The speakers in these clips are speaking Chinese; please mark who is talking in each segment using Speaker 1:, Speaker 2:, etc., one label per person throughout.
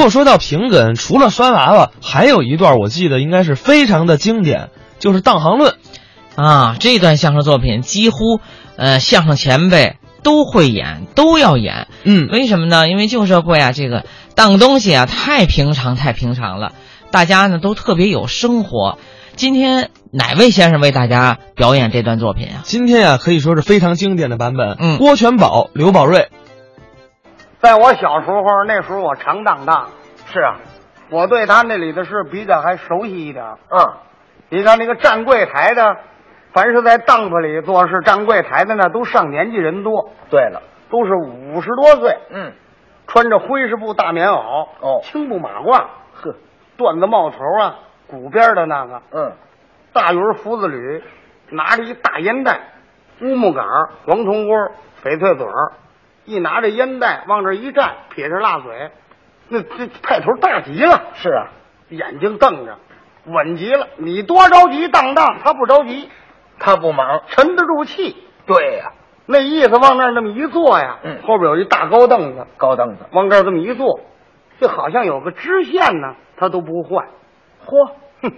Speaker 1: 如果说到平梗，除了拴娃娃，还有一段我记得应该是非常的经典，就是《当行论》。
Speaker 2: 啊，这段相声作品几乎，呃，相声前辈都会演，都要演。
Speaker 1: 嗯，
Speaker 2: 为什么呢？因为旧社会啊，这个当东西啊太平常，太平常了，大家呢都特别有生活。今天哪位先生为大家表演这段作品啊？
Speaker 1: 今天呀、可以说是非常经典的版本。
Speaker 2: 嗯
Speaker 1: 郭全宝、刘宝瑞，
Speaker 3: 在我小时候，那时候我常当当，
Speaker 4: 是啊，
Speaker 3: 我对他那里的事比较还熟悉一点儿。
Speaker 4: 嗯，
Speaker 3: 你看那个站柜台的，凡是在当铺里做事站柜台的呢，都上年纪人多，
Speaker 4: 对了，
Speaker 3: 都是五十多岁，
Speaker 4: 嗯，
Speaker 3: 穿着灰式布大棉袄，
Speaker 4: 哦
Speaker 3: 青布马褂，
Speaker 4: 呵，
Speaker 3: 缎子帽头啊，鼓边的那个
Speaker 4: 嗯，
Speaker 3: 大云福子履，拿着一大烟袋，乌木杆儿黄铜锅儿翡翠嘴儿，一拿着烟袋往这一站，撇着辣嘴，那这派头大极了。
Speaker 4: 是啊，
Speaker 3: 眼睛瞪着，稳极了。你多着急当当，他不着急，
Speaker 4: 他不忙。
Speaker 3: 沉得住气。
Speaker 4: 对呀、
Speaker 3: 那意思往那儿那么一坐呀，
Speaker 4: 嗯
Speaker 3: 后边有一大高凳子，
Speaker 4: 高凳子，
Speaker 3: 往这儿这么一坐，就好像有个支线呢，他都不换。
Speaker 4: 嚯，
Speaker 3: 哼，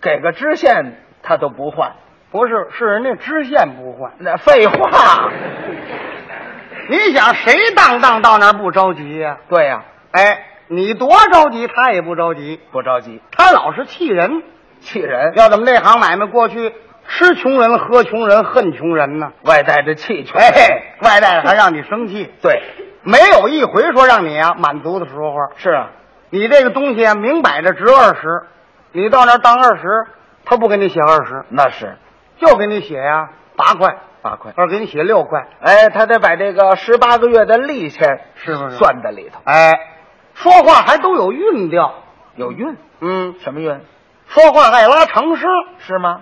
Speaker 4: 给个支线他都不换，
Speaker 3: 不是，是人家支线不换。
Speaker 4: 那废话。
Speaker 3: 你想谁当当到那儿不着急呀、
Speaker 4: 对呀、
Speaker 3: 哎，你多着急，他也不着急，
Speaker 4: 不着急，
Speaker 3: 他老是气人。
Speaker 4: 气人，
Speaker 3: 要怎么这行买卖过去，吃穷人，喝穷人，恨穷人呢？
Speaker 4: 外带着气全。
Speaker 3: 哎，外带的还让你生气。
Speaker 4: 对，
Speaker 3: 没有一回说让你啊满足的时候。
Speaker 4: 是啊，
Speaker 3: 你这个东西啊，明摆着值二十，你到那儿当二十，他不给你写二十，
Speaker 4: 那是
Speaker 3: 就给你写呀、八块，
Speaker 4: 八块。
Speaker 3: 或者给你写六块，
Speaker 4: 哎，他得把这个十八个月的利钱
Speaker 3: 是不是？。
Speaker 4: 算在里头，
Speaker 3: 哎，说话还都有韵调，
Speaker 4: 有运，
Speaker 3: 嗯，
Speaker 4: 什么运？
Speaker 3: 说话爱拉长诗。
Speaker 4: 是吗？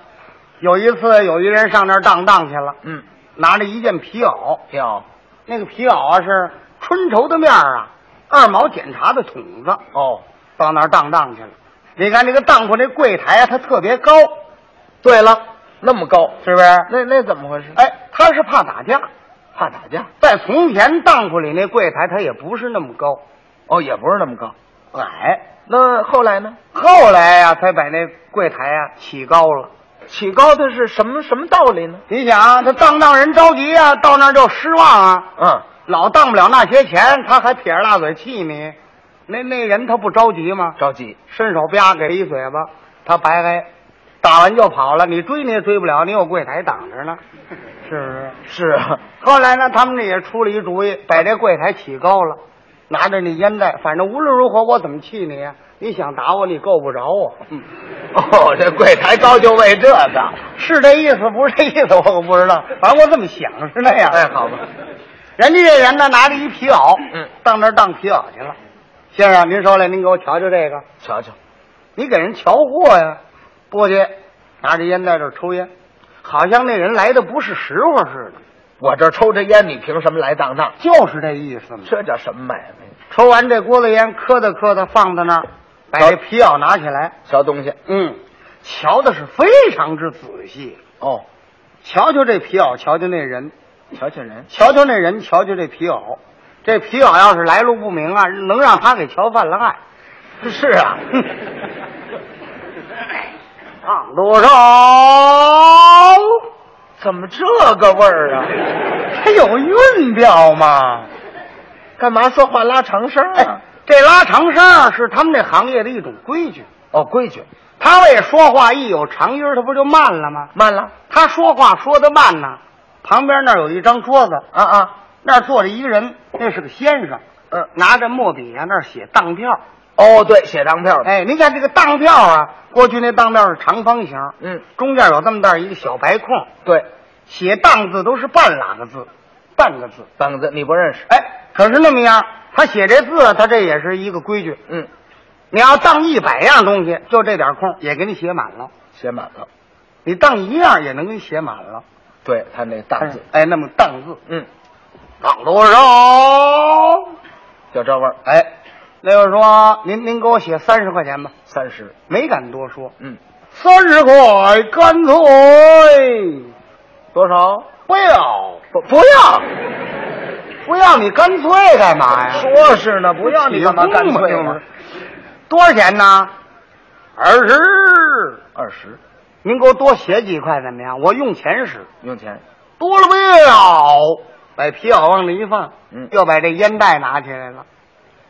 Speaker 3: 有一次，有一人上那儿当当去了，
Speaker 4: 嗯，
Speaker 3: 拿着一件皮袄，
Speaker 4: 票
Speaker 3: 那个皮袄啊是春绸的面儿啊，二毛检查的筒子。
Speaker 4: 哦，
Speaker 3: 到那儿当当去了。你看这个当铺那柜台啊，它特别高，
Speaker 4: 对了，那么高，
Speaker 3: 是不是？
Speaker 4: 那那怎么回事？，
Speaker 3: 哎，他是怕打架。
Speaker 4: 怕打架
Speaker 3: 在从前当铺里那柜台，它也不是那么高，
Speaker 4: 哦，也不是那么高。
Speaker 3: 矮。
Speaker 4: 那后来呢？
Speaker 3: 后来呀、才把那柜台呀、起高了。
Speaker 4: 起高的是什么什么道理呢？
Speaker 3: 你想啊，他当当人着急啊，到那儿就失望啊，
Speaker 4: 嗯，
Speaker 3: 老当不了那些钱，他还撇着大嘴气你。那那人他不着急吗？
Speaker 4: 着急，
Speaker 3: 伸手啪给一嘴巴，他白挨，打完就跑了。你追你也追不了，你有柜台挡着呢，是不是？
Speaker 4: 是啊，
Speaker 3: 后来呢，他们这也出了一主意，把这柜台起高了，拿着那烟袋，反正无论如何我怎么气你啊，你想打我你够不着我，嗯，
Speaker 4: 哦，这柜台高就为这个，
Speaker 3: 是这意思不是这意思 我可不知道，反正我这么想是那样。
Speaker 4: 哎，好吧，
Speaker 3: 人家这人呢拿着一皮袄，
Speaker 4: 嗯，
Speaker 3: 到那儿当皮袄去了。先生，您说来，您给我瞧瞧这个，
Speaker 4: 瞧瞧，
Speaker 3: 你给人瞧货呀？过去拿着烟袋这儿抽烟，好像那人来的不是时候似的，
Speaker 4: 我这抽着烟，你凭什么来当当？
Speaker 3: 就是这意思嘛。
Speaker 4: 这叫什么买卖？
Speaker 3: 抽完这锅子烟，磕哒磕哒放在那儿，把这皮袄拿起来，
Speaker 4: 小东西
Speaker 3: 嗯，瞧的是非常之仔细。
Speaker 4: 哦，
Speaker 3: 瞧瞧这皮袄，瞧瞧那人，
Speaker 4: 瞧瞧人，
Speaker 3: 瞧瞧那人，瞧瞧这皮袄。这皮袄要是来路不明啊，能让他给瞧犯了案。
Speaker 4: 是 啊，
Speaker 3: 上啊多少？
Speaker 4: 怎么这个味儿啊？
Speaker 3: 他有韵调嘛？
Speaker 4: 干嘛说话拉长声
Speaker 3: 哎
Speaker 4: 啊？，
Speaker 3: 这拉长声啊是他们这行业的一种规矩。
Speaker 4: 哦，规矩，
Speaker 3: 他为说话一有长音儿，他不就慢了吗？
Speaker 4: 慢了
Speaker 3: 他说话说得慢呐，旁边那儿有一张桌子，
Speaker 4: 啊啊，
Speaker 3: 那儿坐着一个人，那是个先生，
Speaker 4: 嗯，
Speaker 3: 拿着墨笔啊，那儿写当票。
Speaker 4: 哦，对，写张票的，
Speaker 3: 哎，您看这个当票啊，过去那当票是长方形，
Speaker 4: 嗯，
Speaker 3: 中间有这么大一个小白空，
Speaker 4: 对，
Speaker 3: 写当字都是半拉个字，半个字。
Speaker 4: 本子你不认识，
Speaker 3: 哎，可是那么样，他写这字啊，他这也是一个规矩。
Speaker 4: 嗯，
Speaker 3: 你要当一百样东西，就这点空也给你写满了；
Speaker 4: 写满了，
Speaker 3: 你当一样也能给你写满了。
Speaker 4: 对他那当字，
Speaker 3: 哎，那么当字
Speaker 4: 嗯，
Speaker 3: 当多少？
Speaker 4: 就这味儿，
Speaker 3: 哎，那位说您您给我写三十块钱吧，
Speaker 4: 三十，
Speaker 3: 没敢多说，
Speaker 4: 嗯，
Speaker 3: 三十块干脆
Speaker 4: 多少？
Speaker 3: 不要。
Speaker 4: 不不要，
Speaker 3: 不要你干脆干嘛哎呀？
Speaker 4: 说是呢，不要你干嘛干脆
Speaker 3: 起哄嘛
Speaker 4: 呢
Speaker 3: 就是？多少钱呢？二十。
Speaker 4: 二十，
Speaker 3: 您给我多写几块怎么样？我用钱使，
Speaker 4: 用钱。
Speaker 3: 多了不要。把皮袄往里一放，
Speaker 4: 嗯
Speaker 3: 又把这烟袋拿起来了。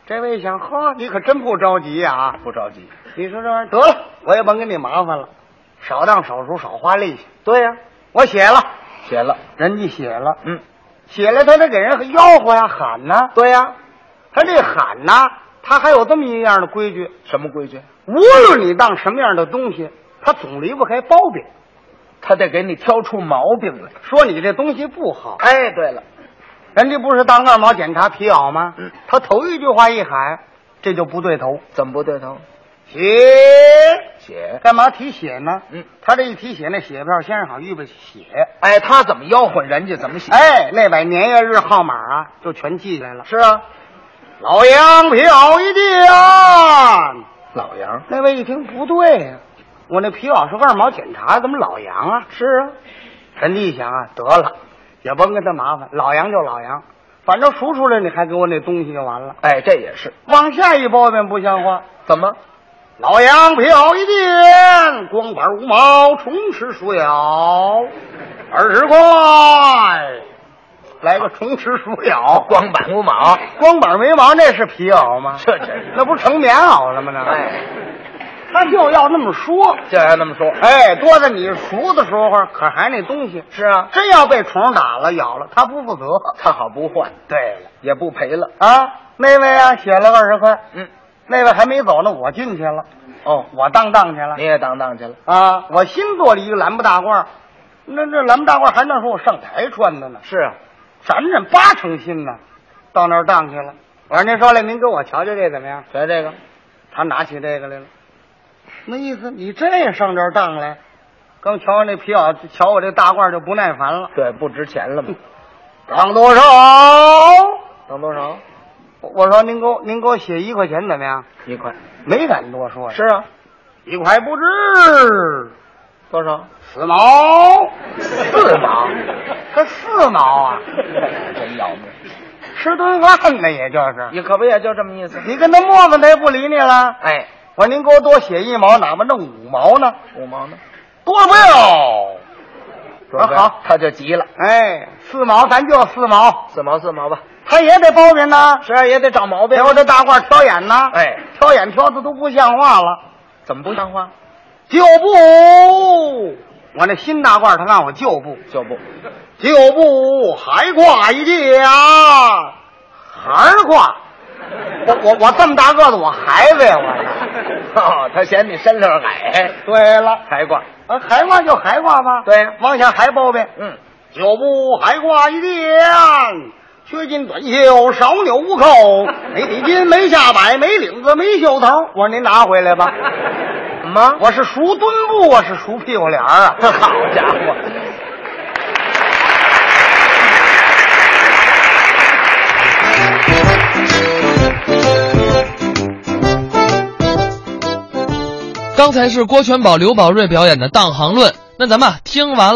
Speaker 3: 这位一想，呵，你可真不着急呀、啊！
Speaker 4: 不着急。
Speaker 3: 你说这玩意儿得了，我也甭跟你麻烦了，少当少数，少花力气。
Speaker 4: 对呀、
Speaker 3: 我写了，
Speaker 4: 写了。
Speaker 3: 人家写了，
Speaker 4: 嗯，
Speaker 3: 写了他得给人吆喝呀、喊呐、
Speaker 4: 对呀、
Speaker 3: 他这喊呐、他还有这么一样的规矩：
Speaker 4: 什么规矩？
Speaker 3: 无论你当什么样的东西，他总离不开包庇，
Speaker 4: 他得给你挑出毛病来。
Speaker 3: 说你这东西不好。
Speaker 4: 哎，对了，
Speaker 3: 人家不是当二毛检查皮袄吗？
Speaker 4: 嗯
Speaker 3: 他头一句话一喊，这就不对头。
Speaker 4: 怎么不对头？
Speaker 3: 血，
Speaker 4: 写。
Speaker 3: 干嘛提血呢？
Speaker 4: 嗯，
Speaker 3: 他这一提血，那血票先生好像预备血，
Speaker 4: 哎，他怎么吆喝人家怎么写？
Speaker 3: 哎，那把年月日号码啊，就全记下来了。
Speaker 4: 是啊，
Speaker 3: 老杨皮袄一件，
Speaker 4: 老杨
Speaker 3: 那位一听不对呀、我那皮袄是二毛检查，怎么老杨啊？是啊，陈立想啊，得了，也甭跟他麻烦，老杨就老杨，反正赎出来你还给我那东西就完了。
Speaker 4: 哎，这也是
Speaker 3: 往下一包便不像话。
Speaker 4: 怎么？
Speaker 3: 老杨飘一件，光板无毛，虫吃鼠咬，二十块，来个虫吃鼠咬。
Speaker 4: 光板无毛，
Speaker 3: 光板没毛，那是皮袄吗？
Speaker 4: 这真是
Speaker 3: 那不是成棉袄了吗？那，
Speaker 4: 哎，
Speaker 3: 他就要那么说。
Speaker 4: 这还那么说？
Speaker 3: 哎，多在你熟的时候，可还那东西。
Speaker 4: 是啊，
Speaker 3: 真要被虫打了、咬了，他不负责。
Speaker 4: 他好不换，
Speaker 3: 对了
Speaker 4: 也不赔了。
Speaker 3: 啊，那位啊，写了二十块，
Speaker 4: 嗯，
Speaker 3: 那位还没走呢，我进去了，
Speaker 4: 哦，
Speaker 3: 我当当去了
Speaker 4: 你。也当当去了。
Speaker 3: 啊，我新做了一个蓝布大褂儿，那这蓝布大褂儿还那时候我上台穿的呢，
Speaker 4: 是啊，
Speaker 3: 整整八成新呢，到那儿当去了。我说您说来，您给我瞧瞧这怎么样？
Speaker 4: 学这个，
Speaker 3: 他拿起这个来了，那意思你这也上这儿当来，刚瞧完这皮袄，瞧我这大褂儿就不耐烦了。
Speaker 4: 对，不值钱了嘛？
Speaker 3: 当多少？
Speaker 4: 当多少？
Speaker 3: 我说您给我您给我写一块钱怎么样？
Speaker 4: 一块。
Speaker 3: 没敢多说呀，
Speaker 4: 是啊，
Speaker 3: 一块不值，
Speaker 4: 多少？
Speaker 3: 四毛，
Speaker 4: 四毛，
Speaker 3: 他四毛啊。
Speaker 4: 真要命！
Speaker 3: 吃顿饭呢，也就是
Speaker 4: 你可不也就这么意思？
Speaker 3: 你跟他磨磨，他也不理你了。
Speaker 4: 哎，
Speaker 3: 我说您给我多写一毛，哪怕弄五毛呢，
Speaker 4: 五毛呢？
Speaker 3: 多不要。啊
Speaker 4: 我说
Speaker 3: 好，
Speaker 4: 他就急了，
Speaker 3: 哎，四毛咱就四毛，
Speaker 4: 四毛四毛吧。
Speaker 3: 他也得包庇呢。
Speaker 4: 是啊，也得找毛病
Speaker 3: 结。果这大褂挑眼呢，
Speaker 4: 哎，
Speaker 3: 挑眼挑的都不像话了，
Speaker 4: 怎么不像话？
Speaker 3: 旧布。我那新大褂，他让我旧布，
Speaker 4: 就不，
Speaker 3: 旧布还挂一件啊，还挂。我我我这么大个子，我还呗我。
Speaker 4: 哦，他嫌你身量矮，
Speaker 3: 对了。
Speaker 4: 还挂。
Speaker 3: 啊，海挂就海挂吧。
Speaker 4: 对呀
Speaker 3: 往下海包呗。
Speaker 4: 嗯，
Speaker 3: 九步海挂一件，缺斤短袖，少纽无 扣，没底襟，没下摆，没领子，没袖头。我说您拿回来吧。
Speaker 4: 什么？
Speaker 3: 我是熟墩布，我是熟屁股脸儿啊。
Speaker 4: 好家伙！
Speaker 1: 刚才是郭全宝、刘宝瑞表演的《当行论》，那咱们啊听完了。